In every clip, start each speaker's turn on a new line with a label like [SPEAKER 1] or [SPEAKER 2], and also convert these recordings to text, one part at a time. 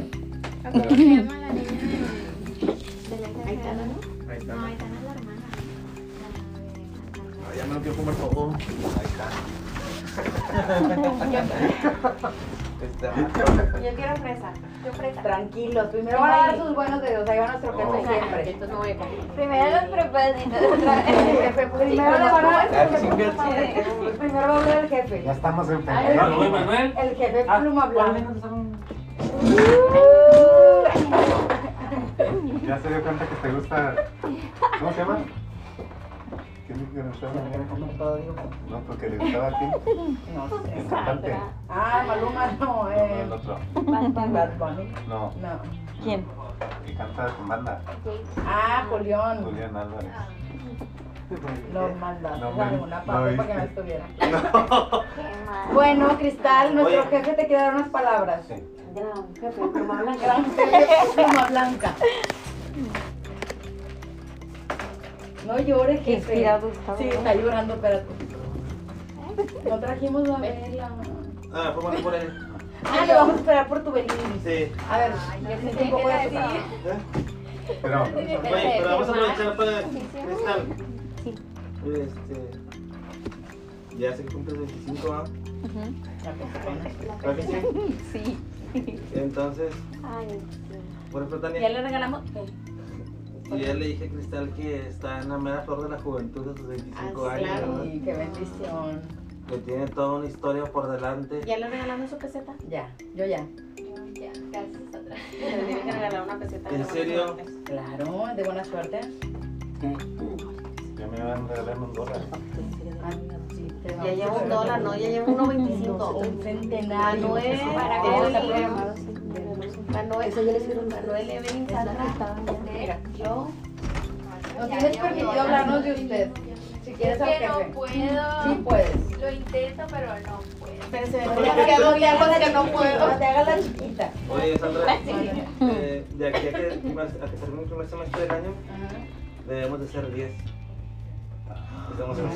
[SPEAKER 1] ¿Cómo se llama la niña de la casa de
[SPEAKER 2] Aitana,
[SPEAKER 1] Ana?
[SPEAKER 3] Ahí está.
[SPEAKER 1] No, Aitana es la hermana. La-
[SPEAKER 3] Ah, ya me lo quiero comer todo. Ahí está. Está.
[SPEAKER 1] Yo quiero fresa. Yo fresa.
[SPEAKER 2] Tranquilos, primero van a dar sus buenos dedos, ahí va nuestro jefe
[SPEAKER 3] No.
[SPEAKER 2] siempre.
[SPEAKER 4] no voy a comer.
[SPEAKER 1] Primero los propósitos. otra vez.
[SPEAKER 2] Primero le van a
[SPEAKER 3] Ah, que sin ver.
[SPEAKER 2] primero va a hablar el jefe.
[SPEAKER 5] Ya Ah, estamos en
[SPEAKER 3] Ya lo
[SPEAKER 5] febrero.
[SPEAKER 3] voy, Manuel.
[SPEAKER 2] El jefe pluma blanca.
[SPEAKER 1] Uh.
[SPEAKER 5] Ya se dio cuenta que te gusta. ¿Cómo se llama? ¿Qué es lo que nos llama? No, porque le gustaba a ti.
[SPEAKER 2] No sé.
[SPEAKER 5] El cantante.
[SPEAKER 2] Ah, Maluma no,
[SPEAKER 5] No, no,
[SPEAKER 2] eh.
[SPEAKER 5] el otro.
[SPEAKER 2] Bad Bunny.
[SPEAKER 5] No,
[SPEAKER 2] No.
[SPEAKER 4] ¿Quién?
[SPEAKER 5] que canta con banda.
[SPEAKER 2] Ah, Julián.
[SPEAKER 5] Julián Álvarez.
[SPEAKER 2] Lo mandaste
[SPEAKER 5] No,
[SPEAKER 2] a alguna
[SPEAKER 5] no,
[SPEAKER 2] parte
[SPEAKER 5] no,
[SPEAKER 2] para que no
[SPEAKER 5] viste.
[SPEAKER 2] estuviera.
[SPEAKER 1] Qué mal.
[SPEAKER 2] Bueno, Cristal, nuestro
[SPEAKER 3] Oye.
[SPEAKER 2] jefe te quiere dar unas palabras.
[SPEAKER 5] Sí.
[SPEAKER 4] Gran jefe, pluma blanca.
[SPEAKER 2] Gran jefe pluma blanca. No llores,
[SPEAKER 4] Qué
[SPEAKER 2] jefe.
[SPEAKER 4] inspirado estaba.
[SPEAKER 2] Sí, está llorando, espérate. No trajimos la vela.
[SPEAKER 3] Ah, póngale por ahí.
[SPEAKER 2] Ah, le vamos a esperar por tu velín.
[SPEAKER 3] Sí. ¿Eh?
[SPEAKER 2] A ver,
[SPEAKER 1] Yo
[SPEAKER 2] necesito
[SPEAKER 1] sentí
[SPEAKER 2] un poco
[SPEAKER 1] que
[SPEAKER 2] de
[SPEAKER 1] decir-
[SPEAKER 2] azúcar.
[SPEAKER 5] Pero,
[SPEAKER 3] Oye, pero vamos a aprovechar para cristal.
[SPEAKER 4] Sí.
[SPEAKER 3] Este. Ya sé que cumples 25, ¿ah? ¿Verdad que sí?
[SPEAKER 4] Sí.
[SPEAKER 3] Entonces,
[SPEAKER 1] Ay, sí.
[SPEAKER 3] por ejemplo, Tania.
[SPEAKER 4] Ya le regalamos.
[SPEAKER 3] Yo ya le dije a Cristal que está en la mera flor de la juventud de sus 25
[SPEAKER 1] Ah, sí.
[SPEAKER 3] años, ¿verdad?
[SPEAKER 2] Ay, qué bendición.
[SPEAKER 3] que tiene toda una historia por delante.
[SPEAKER 4] Ya le regalamos su peseta.
[SPEAKER 2] Ya, yo ya.
[SPEAKER 1] Ya, casi es otra.
[SPEAKER 4] Le tiene que regalar una peseta.
[SPEAKER 3] ¿En serio?
[SPEAKER 2] Claro, de buena suerte.
[SPEAKER 5] ya me van a regalar un dólar.
[SPEAKER 2] Ah, sí, te
[SPEAKER 4] Ya
[SPEAKER 2] vamos
[SPEAKER 4] llevo
[SPEAKER 2] a
[SPEAKER 4] un
[SPEAKER 2] regalar
[SPEAKER 4] dólar, ¿no? Ya llevo
[SPEAKER 2] Un
[SPEAKER 4] 1.25.
[SPEAKER 2] centenario.
[SPEAKER 4] Manuel,
[SPEAKER 2] Eso,
[SPEAKER 1] Para
[SPEAKER 2] que
[SPEAKER 4] Manuel.
[SPEAKER 2] no se puede.
[SPEAKER 4] Manuel, eso ya le hicieron Manuel Evelyn Sandra. Mira, yo.
[SPEAKER 2] No
[SPEAKER 1] Ya
[SPEAKER 2] tienes
[SPEAKER 1] llevo
[SPEAKER 2] permitido
[SPEAKER 1] dólar.
[SPEAKER 2] hablarnos de usted. Si quieres
[SPEAKER 1] Es
[SPEAKER 2] al
[SPEAKER 1] que no
[SPEAKER 2] jefe. Sí
[SPEAKER 1] puedo.
[SPEAKER 2] puedes.
[SPEAKER 1] Lo intento, pero no puedo.
[SPEAKER 4] Espérense,
[SPEAKER 2] No
[SPEAKER 4] ya me quedo lejos que no puedo.
[SPEAKER 2] te hagas la chiquita.
[SPEAKER 3] Oye, Sandra, eh, de aquí a que, a que termine el primer semestre del año, debemos de ser 10. Estamos en-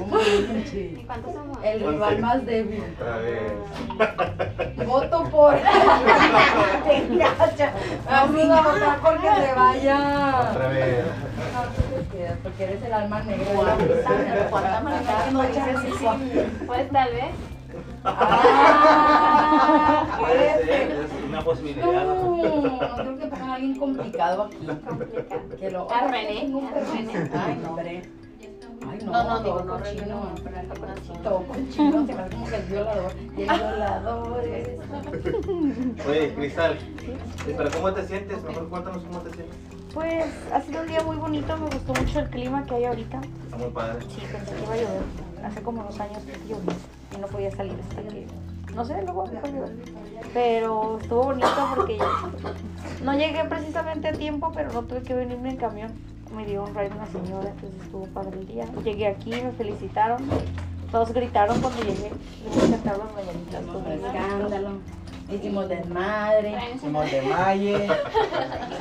[SPEAKER 1] ¿Y cuántos somos?
[SPEAKER 2] El rival más débil.
[SPEAKER 5] Otra vez.
[SPEAKER 2] Voto por. Te engacha. Vamos a votar porque se vaya.
[SPEAKER 5] Otra vez.
[SPEAKER 2] Porque eres el alma negra.
[SPEAKER 4] ¿Cuánta maldad que no dices eso?
[SPEAKER 1] Pues tal vez.
[SPEAKER 2] Ah,
[SPEAKER 3] Puede ser, es una posibilidad.
[SPEAKER 2] No, no creo que pongan a alguien complicado aquí.
[SPEAKER 1] Complicado.
[SPEAKER 2] Que lo.
[SPEAKER 1] A René, a René.
[SPEAKER 2] Ay, no, hombre. Ay, no,
[SPEAKER 4] No, no,
[SPEAKER 2] todo
[SPEAKER 4] digo, no,
[SPEAKER 2] cochino.
[SPEAKER 4] no, no, no, no.
[SPEAKER 2] Todo cochino, se me hace como que el violador. Y el violador es.
[SPEAKER 3] Oye, Cristal, eh, pero ¿cómo te sientes? Mejor cuéntanos cómo te sientes.
[SPEAKER 6] Pues ha sido un día muy bonito, me gustó mucho el clima que hay ahorita.
[SPEAKER 3] Está muy padre.
[SPEAKER 6] Sí, pensé que iba a llover. Hace como dos años que llovió y no podía salir hasta que, no sé, luego dejó de llover. Pero estuvo bonito porque no llegué precisamente a tiempo, pero no tuve que venirme en camión. Me dio un ride una señora, entonces estuvo padre el día. Llegué aquí, me felicitaron. Todos gritaron cuando llegué. Me cantaron las mañanitas
[SPEAKER 2] Hicimos
[SPEAKER 6] con
[SPEAKER 2] un
[SPEAKER 6] el
[SPEAKER 2] escándalo, hicimos desmadre, hicimos desmaye.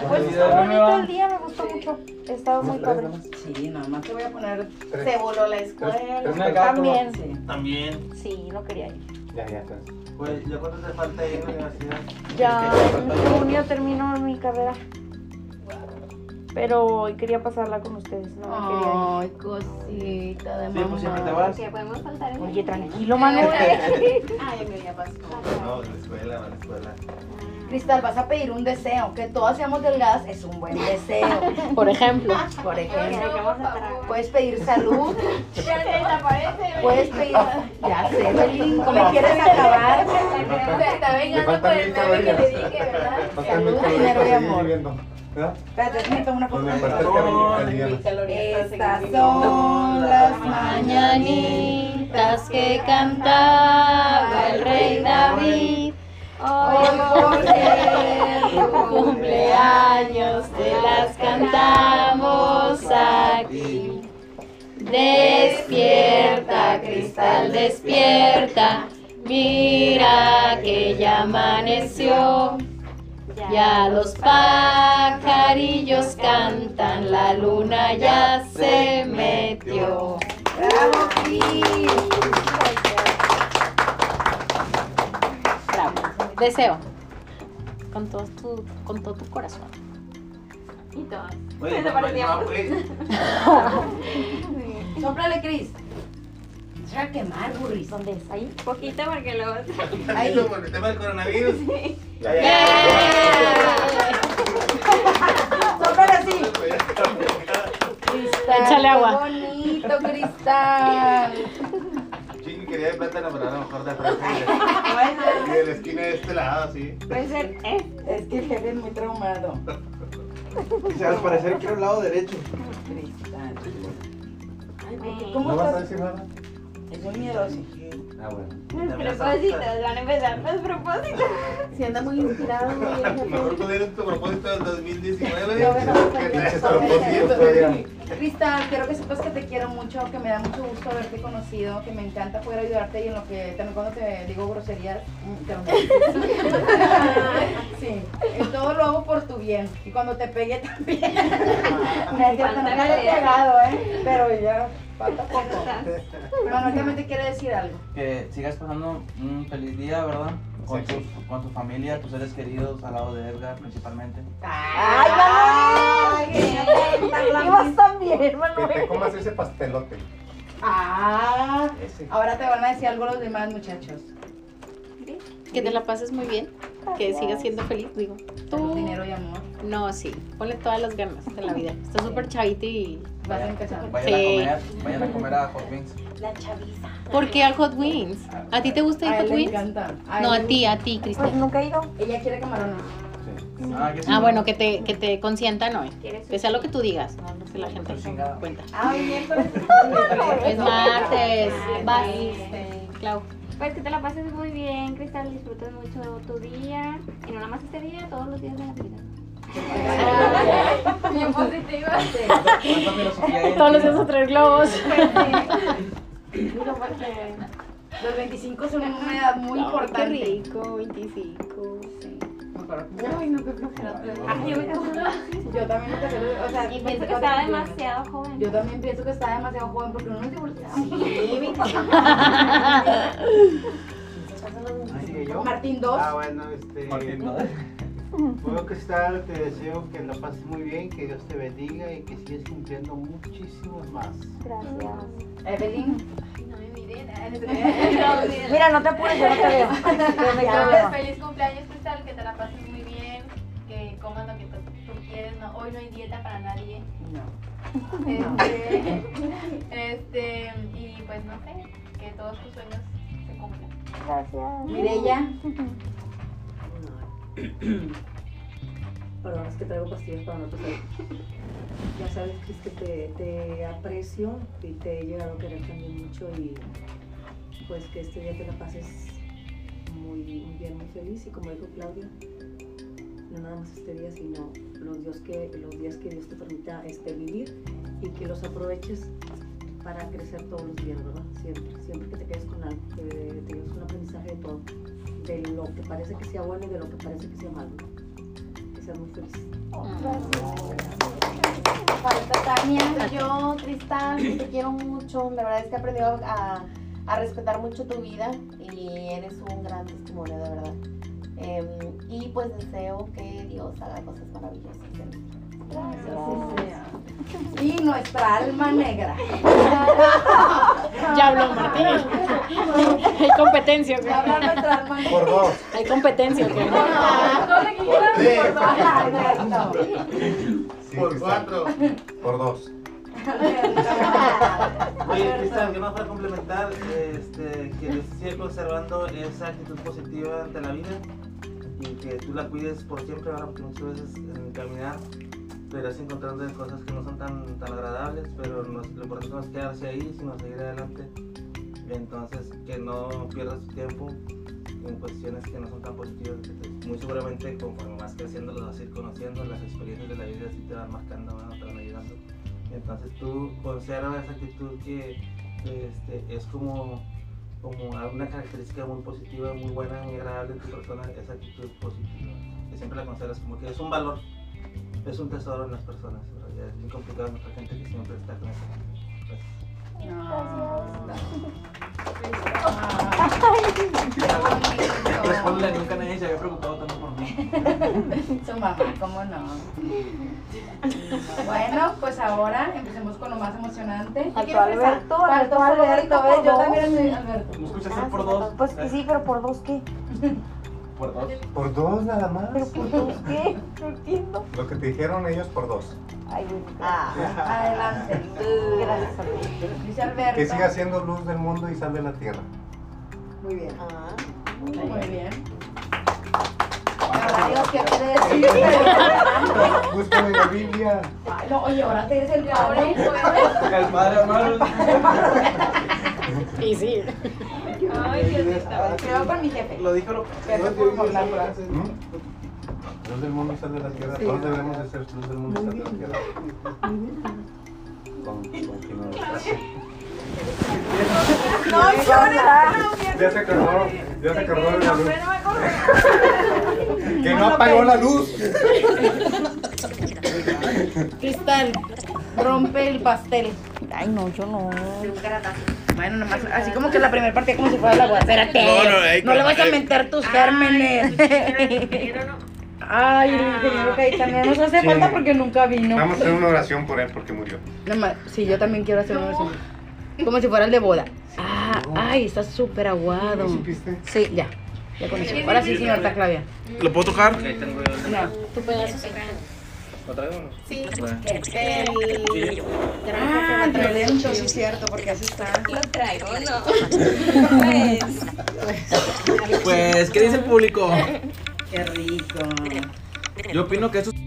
[SPEAKER 6] Pues estuvo bonito el día, me gustó mucho. Estaba muy
[SPEAKER 5] Otra vez
[SPEAKER 6] padre.
[SPEAKER 5] nomás.
[SPEAKER 2] Sí, nada más te voy a poner.
[SPEAKER 4] Se voló la
[SPEAKER 5] Tres
[SPEAKER 4] escuela.
[SPEAKER 5] marcadas,
[SPEAKER 6] También,
[SPEAKER 2] Sí.
[SPEAKER 3] También.
[SPEAKER 6] sí, no quería ir.
[SPEAKER 5] Ya, ya, tres.
[SPEAKER 3] Oye, ¿ya cuánto te falta ir a la universidad?
[SPEAKER 6] Ya
[SPEAKER 3] ¿Qué te
[SPEAKER 6] en
[SPEAKER 3] falta?
[SPEAKER 6] junio termino mi carrera. Pero hoy quería pasarla con ustedes, no me quería ir.
[SPEAKER 2] Ay, cosita de mamá.
[SPEAKER 3] Sí, pues siempre te vas.
[SPEAKER 1] Que podemos faltar en
[SPEAKER 6] Oye,
[SPEAKER 1] el-
[SPEAKER 6] tranquilo, Manuel.
[SPEAKER 4] Ah. Ay, me ya pasó.
[SPEAKER 3] No, la escuela, la escuela.
[SPEAKER 2] Cristal, vas a pedir un deseo. Que todas seamos delgadas es un buen deseo.
[SPEAKER 4] Por ejemplo.
[SPEAKER 2] Por
[SPEAKER 1] Yo
[SPEAKER 2] ejemplo,
[SPEAKER 1] no, por favor.
[SPEAKER 2] puedes pedir salud,
[SPEAKER 1] Ya se desaparece.
[SPEAKER 2] puedes pedir. Ya sé, Belín, ¿cómo quieres acabar?
[SPEAKER 1] Se está
[SPEAKER 5] Le
[SPEAKER 1] vengando por
[SPEAKER 5] faltan
[SPEAKER 1] el
[SPEAKER 5] mil
[SPEAKER 1] meme que le
[SPEAKER 5] cabellos.
[SPEAKER 1] dije, ¿verdad?
[SPEAKER 5] Faltan mil
[SPEAKER 2] Salud,
[SPEAKER 5] cabellos
[SPEAKER 2] dinero y
[SPEAKER 5] para seguir
[SPEAKER 2] amor.
[SPEAKER 5] viviendo. ¿Verdad?
[SPEAKER 2] Espérate, déjame una
[SPEAKER 5] Donde
[SPEAKER 2] cosa.
[SPEAKER 5] apartas cabellos
[SPEAKER 2] Estas son las mañanitas que cantaba el rey David. Hoy por ser tu cumpleaños te las cantamos aquí. Despierta, cristal, despierta. Mira que ya amaneció. Ya los pajarillos cantan, la luna ya se metió. ¡Bravo, Cris!
[SPEAKER 4] Deseo.
[SPEAKER 6] con todo tu, con todo tu corazón.
[SPEAKER 4] Y todas.
[SPEAKER 3] Oye, no, no, güey.
[SPEAKER 2] Sóplale, Cris. Se va a quemar, burris.
[SPEAKER 6] ¿Dónde es? Ahí.
[SPEAKER 4] Poquito porque luego.
[SPEAKER 3] Ahí lo por el tema del coronavirus. Ya, ya.
[SPEAKER 2] Sóplale así. Cristal,
[SPEAKER 6] Échale agua.
[SPEAKER 2] Qué bonito, Cristal.
[SPEAKER 3] Chingue, quería de plátano, pero a lo mejor de fresa.
[SPEAKER 2] bueno,
[SPEAKER 5] Y de la esquina de este lado, sí.
[SPEAKER 4] Puede ser, ¿eh?
[SPEAKER 2] es que el jefe es muy traumado.
[SPEAKER 3] Se va a parecer que era el lado derecho.
[SPEAKER 2] Cristal. Ay, porque
[SPEAKER 5] ¿No
[SPEAKER 2] ¿Cómo
[SPEAKER 5] vas a
[SPEAKER 2] estás?
[SPEAKER 5] decir nada?
[SPEAKER 2] Es muy miedoso.
[SPEAKER 3] Ah, bueno.
[SPEAKER 4] Los propósitos, van a empezar los propósitos.
[SPEAKER 1] Si anda muy inspirado, muy bien,
[SPEAKER 3] Mejor tú dieron tu propósito del 2019.
[SPEAKER 2] Yo vengo a
[SPEAKER 5] ¿Qué
[SPEAKER 2] sacar
[SPEAKER 5] te
[SPEAKER 2] todo
[SPEAKER 5] propósito,
[SPEAKER 2] esto.
[SPEAKER 5] Adrián?
[SPEAKER 2] Cristal, quiero que sepas que te quiero mucho, que me da mucho gusto haberte conocido, que me encanta poder ayudarte y en lo que también cuando te digo groserías, mm, te lo Sí, eh, todo lo hago por tu bien y cuando te pegué también. Me que
[SPEAKER 4] Falta
[SPEAKER 2] no me haya
[SPEAKER 4] de-
[SPEAKER 2] pegado, ¿eh? Pero ya, falta poco. Manuel también te quiere decir algo.
[SPEAKER 7] Que sigas pasando un feliz día, ¿verdad? Con,
[SPEAKER 5] Sí.
[SPEAKER 7] tus- con tu familia, tus seres queridos, al lado de Edgar principalmente.
[SPEAKER 2] ¡Ay,
[SPEAKER 6] Ibas también,
[SPEAKER 5] Que
[SPEAKER 6] Manuel.
[SPEAKER 5] te comas ese pastelote.
[SPEAKER 2] ¡Ah!
[SPEAKER 5] Ese.
[SPEAKER 2] Ahora te van a decir algo los demás muchachos.
[SPEAKER 8] Que te la pases muy bien, que sigas siendo feliz, digo.
[SPEAKER 2] Salud,
[SPEAKER 8] Tú,
[SPEAKER 2] dinero y amor.
[SPEAKER 8] no, sí, ponle todas las ganas de la vida. Estás súper chavita y...
[SPEAKER 2] Vas a
[SPEAKER 7] Vayan-
[SPEAKER 2] empezar.
[SPEAKER 7] Vayan
[SPEAKER 8] Sí.
[SPEAKER 7] a comer, vayan a comer a Hot Wings.
[SPEAKER 4] La chaviza.
[SPEAKER 8] ¿Por qué al Hot Wings? ¿A ti te gusta
[SPEAKER 2] A
[SPEAKER 8] el
[SPEAKER 2] él
[SPEAKER 8] Hot
[SPEAKER 2] le
[SPEAKER 8] Wings?
[SPEAKER 2] encanta.
[SPEAKER 8] No,
[SPEAKER 2] él-
[SPEAKER 8] a ti, a
[SPEAKER 6] Pues
[SPEAKER 8] ti, Cristian.
[SPEAKER 6] nunca he ido.
[SPEAKER 2] Ella quiere camarones.
[SPEAKER 7] Ah, que sí.
[SPEAKER 8] Ah, bueno, que te, que te consientan hoy.
[SPEAKER 4] ¿Quieres
[SPEAKER 8] Que sea lo que tú digas, no no sé la gente
[SPEAKER 7] Pues chingada.
[SPEAKER 8] cuenta.
[SPEAKER 2] Ay, miércoles.
[SPEAKER 8] Es
[SPEAKER 4] Ay,
[SPEAKER 8] martes,
[SPEAKER 2] ah,
[SPEAKER 8] vas,
[SPEAKER 4] triste.
[SPEAKER 8] Clau.
[SPEAKER 4] Pues que te la pases muy bien, Cristal, disfrutes mucho tu día. Y no nada más este día, todos los días de la vida.
[SPEAKER 1] bien positiva.
[SPEAKER 7] ¿Cuánta filosofía hay en
[SPEAKER 6] Todos los
[SPEAKER 7] ti?
[SPEAKER 6] días a traer globos.
[SPEAKER 2] Los 25 son una edad muy
[SPEAKER 8] Qué
[SPEAKER 2] importante.
[SPEAKER 8] rico, 25.
[SPEAKER 2] Me acuerdo.
[SPEAKER 1] Ay, no, qué flojera.
[SPEAKER 4] Ay, yo me
[SPEAKER 2] Yo también empecé, o sea,
[SPEAKER 4] Y pienso
[SPEAKER 2] pensé
[SPEAKER 4] que estaba demasiado joven.
[SPEAKER 2] Yo también pienso que estaba demasiado joven porque uno no te voltea. Sí,
[SPEAKER 3] Ahí sigue yo.
[SPEAKER 2] Martín 2.
[SPEAKER 9] Ah, bueno, este. pues,
[SPEAKER 7] Martín, ¿no?
[SPEAKER 9] Bueno, Cristal, te deseo que la pases muy bien, que Dios te bendiga y que sigas cumpliendo muchísimos más.
[SPEAKER 8] Gracias.
[SPEAKER 2] Evelyn.
[SPEAKER 1] No me miren.
[SPEAKER 6] Mira, no te apures, yo no te veo. Yo me quedo
[SPEAKER 1] Entonces,
[SPEAKER 6] viendo.
[SPEAKER 1] feliz cumpleaños, Cristal, que te la pases muy bien, que comas lo que tú, tú quieres. No, hoy no hay dieta para nadie. Este, este, y pues no sé, que todos tus sueños se cumplan.
[SPEAKER 6] Gracias.
[SPEAKER 2] Mireya.
[SPEAKER 10] Perdón, es que traigo pastillas para no toser. Ya sabes, Cris, que te, te aprecio y te he llegado a querer también mucho y pues que este día te la pases muy, muy bien, muy feliz y como dijo Claudia, no nada más este día, sino los, días que, los días que Dios te permita este, vivir y que los aproveches para crecer todos los días, ¿verdad? Siempre, siempre que te quedes con algo, que te lleves un aprendizaje de todo, de lo que parece que sea bueno y de lo que parece que sea malo. Que seas muy feliz.
[SPEAKER 2] Falta Tania. Yo, Cristal, que te quiero mucho. La verdad es que he aprendido a, a respetar mucho tu vida y eres un gran testimonio, de verdad. Em, y pues deseo que Dios haga cosas maravillosas. en ti. Y nuestra alma negra.
[SPEAKER 8] Ya habló Martín. Hay competencia,
[SPEAKER 2] Ya habla nuestra alma negra.
[SPEAKER 5] Por dos.
[SPEAKER 8] Hay competencia,
[SPEAKER 5] Por tres.
[SPEAKER 2] Alberto.
[SPEAKER 5] Sí,
[SPEAKER 3] Por
[SPEAKER 5] Cristal,
[SPEAKER 3] cuatro.
[SPEAKER 5] Por dos.
[SPEAKER 7] Oye, Cristian, yo más para complementar, este, que les siga conservando esa actitud positiva ante la vida y que tú la cuides por siempre, ahora porque muchas veces en el caminar te irás encontrando en cosas que no son tan, tan agradables, pero nos- lo importante no es quedarse ahí, sino seguir adelante. Entonces, que no pierdas tu tiempo en cuestiones que no son tan positivas. que te- Muy seguramente, conforme vas creciendo, las vas a ir conociendo, las experiencias de la vida sí te van marcando, ¿no? te van ayudando. Entonces tú conservas esa actitud que este, es como, como una característica muy positiva, muy buena y agradable en tu persona, esa actitud positiva. Que siempre la consideras como que es un valor, es un tesoro en las personas. en realidad. Es muy complicado nuestra gente que siempre está con esa actitud. Pues,
[SPEAKER 2] Ay, qué bonito.
[SPEAKER 7] nunca nadie se había preocupado tanto por mí.
[SPEAKER 4] Su mamá, ¿cómo no? Bueno, pues ahora empecemos con lo más emocionante.
[SPEAKER 6] Alto Alberto, Alto Alberto, ¿ves? Yo también soy Alberto.
[SPEAKER 7] ¿No escuchas el por dos?
[SPEAKER 6] Pues que sí, pero por dos qué?
[SPEAKER 7] Por dos.
[SPEAKER 5] Por dos nada más.
[SPEAKER 6] Pero por dos qué? No entiendo.
[SPEAKER 5] Lo que te dijeron ellos por dos.
[SPEAKER 6] Ay, güey.
[SPEAKER 4] Adelante.
[SPEAKER 6] Gracias, Alberto.
[SPEAKER 4] Dice Alberto.
[SPEAKER 5] Que siga siendo luz del mundo y sal de la tierra.
[SPEAKER 4] Muy bien.
[SPEAKER 10] 啊
[SPEAKER 4] Muy bien.
[SPEAKER 1] Ahora Dios, ¿qué quiere decir?
[SPEAKER 5] Búscame en la Biblia.
[SPEAKER 4] Ay, no, oye, ahora te eres el padre.
[SPEAKER 7] El padre malo.
[SPEAKER 2] Y sí.
[SPEAKER 1] Ay, Diosito.
[SPEAKER 4] Creo con mi jefe.
[SPEAKER 7] Lo dijo lo
[SPEAKER 4] Perdón por burlar, ¿verdad?
[SPEAKER 5] ¿Mm? Luz del mundo y sal de la tierra. Todos debemos de ser luz del mundo y sal de la tierra. Con- continúa.
[SPEAKER 1] No llores,
[SPEAKER 5] Ya se acordó, ya se acordó de la luz.
[SPEAKER 1] pero no me
[SPEAKER 5] Que no apagó la luz.
[SPEAKER 2] Cristal, rompe el pastel.
[SPEAKER 6] Ay, no, yo no.
[SPEAKER 4] Bueno,
[SPEAKER 2] nomás, así como que la primera partida como si fuera la guacera.
[SPEAKER 6] No, no, ey,
[SPEAKER 2] no le vas a
[SPEAKER 6] ey.
[SPEAKER 2] mentar tus gérmenes. Ay, el ingeniero Caetano nos hace
[SPEAKER 5] Sí.
[SPEAKER 2] falta porque nunca vino.
[SPEAKER 5] Vamos a hacer una oración por él porque murió.
[SPEAKER 2] Nomás, sí, yo también quiero hacer una oración. Como si fuera el de boda. Ah, ay, está súper aguado. Sí, ya. Ya con eso. Ahora sí, señorita Clavia.
[SPEAKER 11] ¿Lo puedo tocar?
[SPEAKER 7] Ahí tengo yo. el-
[SPEAKER 2] No.
[SPEAKER 7] ¿Lo
[SPEAKER 2] Tu pedazo sí.
[SPEAKER 7] traigo o no?
[SPEAKER 4] Sí.
[SPEAKER 7] Bueno.
[SPEAKER 4] El... Ah, el violento, sí es cierto, porque así está. Lo traigo, no. Pues.
[SPEAKER 11] Pues, ¿qué dice el público?
[SPEAKER 4] Qué rico.
[SPEAKER 11] Yo opino que estos